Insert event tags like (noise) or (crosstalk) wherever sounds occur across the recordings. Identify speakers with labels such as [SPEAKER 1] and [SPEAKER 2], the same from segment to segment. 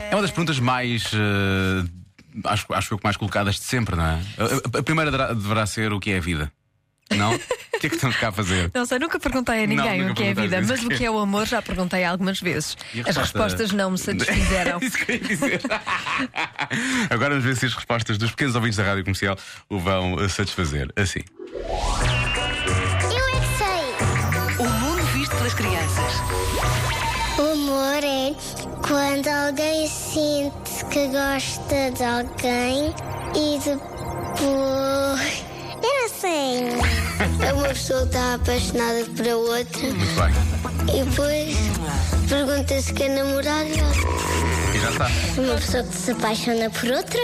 [SPEAKER 1] É das perguntas mais. eh, acho, acho eu que mais colocadas de sempre, não é? A, a- a primeira deverá, deverá ser o que é a vida. Não? o que é que estamos cá a fazer?
[SPEAKER 2] Não sei, nunca perguntei a ninguém
[SPEAKER 1] nunca
[SPEAKER 2] o que é a
[SPEAKER 1] perguntaste
[SPEAKER 2] vida,
[SPEAKER 1] isso.
[SPEAKER 2] mas o que é o amor já perguntei algumas vezes.
[SPEAKER 1] E a
[SPEAKER 2] As
[SPEAKER 1] resposta?
[SPEAKER 2] respostas
[SPEAKER 1] (laughs)
[SPEAKER 2] não me satisfizeram.
[SPEAKER 1] Isso que eu ia dizer. (laughs) Agora vamos ver se as respostas dos pequenos ouvintes da rádio comercial o vão eh, satisfazer. Assim.
[SPEAKER 3] Eu é que sei.
[SPEAKER 4] O mundo visto pelas crianças.
[SPEAKER 3] O amor é quando alguém sente que gosta de alguém e depois. Eu não sei. É uma pessoa que está apaixonada por a outra
[SPEAKER 1] Muito bem.
[SPEAKER 3] e depois pergunta se quer namorar.
[SPEAKER 1] E já está.
[SPEAKER 3] Uma pessoa que se apaixona por outra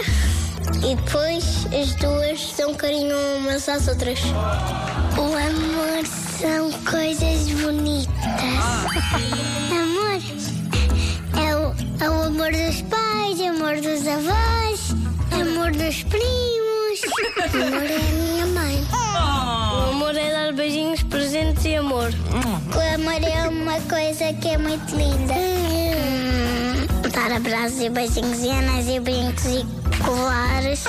[SPEAKER 3] e depois as duas dão carinho umas às outras. O amor são coisas bonitas. Amor é o, é o amor dos pais, é amor dos avós, é amor dos primos. Amor é a minha mãe. O amor é dar beijinhos, presentes e amor. O amor é uma coisa que é muito linda. Dar abraços e beijinhos e anéis e brincos e colares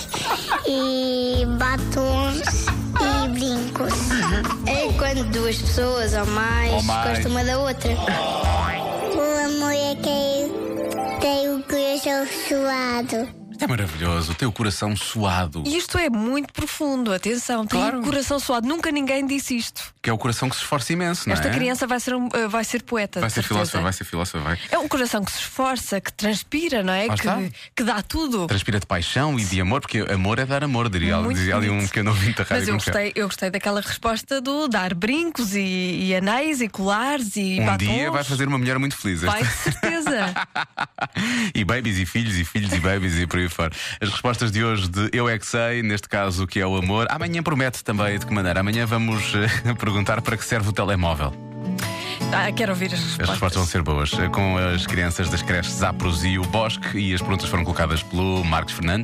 [SPEAKER 3] e batons e brincos. É quando duas pessoas ou mais,
[SPEAKER 1] Ou mais. gostam
[SPEAKER 3] uma da outra. O amor é quem tem o coração suado.
[SPEAKER 1] É maravilhoso. O teu coração suado.
[SPEAKER 2] E isto é muito profundo, atenção, tem
[SPEAKER 1] Claro.
[SPEAKER 2] o coração suado, nunca ninguém disse isto.
[SPEAKER 1] Que é o coração que se esforça imenso, não
[SPEAKER 2] Esta
[SPEAKER 1] é?
[SPEAKER 2] criança vai ser, um- eh, vai ser poeta.
[SPEAKER 1] Vai
[SPEAKER 2] de
[SPEAKER 1] ser
[SPEAKER 2] certeza.
[SPEAKER 1] filósofa, vai ser filósofa, vai.
[SPEAKER 2] É um coração que se esforça, que transpira, não é?
[SPEAKER 1] Lá está.
[SPEAKER 2] Que, que dá tudo.
[SPEAKER 1] Transpira de paixão e de amor, porque amor é dar amor, diria
[SPEAKER 2] Muito
[SPEAKER 1] dizia ali um
[SPEAKER 2] bonito.
[SPEAKER 1] pequeno ouvinte da rádio
[SPEAKER 2] Mas eu
[SPEAKER 1] comercial.
[SPEAKER 2] gostei, eu gostei daquela resposta do dar brincos e, e anéis e colares e
[SPEAKER 1] Um
[SPEAKER 2] batons.
[SPEAKER 1] dia vai fazer uma mulher muito feliz.
[SPEAKER 2] Vai, de
[SPEAKER 1] esta. (laughs)
[SPEAKER 2] certeza.
[SPEAKER 1] e babies e filhos e filhos e babies e por aí fora. As respostas de hoje de Eu É Que Sei, neste caso o que é o amor. Amanhã promete também de que maneira. Amanhã vamos eh, (laughs) perguntar para que serve o telemóvel.
[SPEAKER 2] Ah, quero ouvir as
[SPEAKER 1] As respostas vão ser boas. eh, Com as crianças das creches Apros e o Bosque e as perguntas foram colocadas pelo Marcos Fernandes.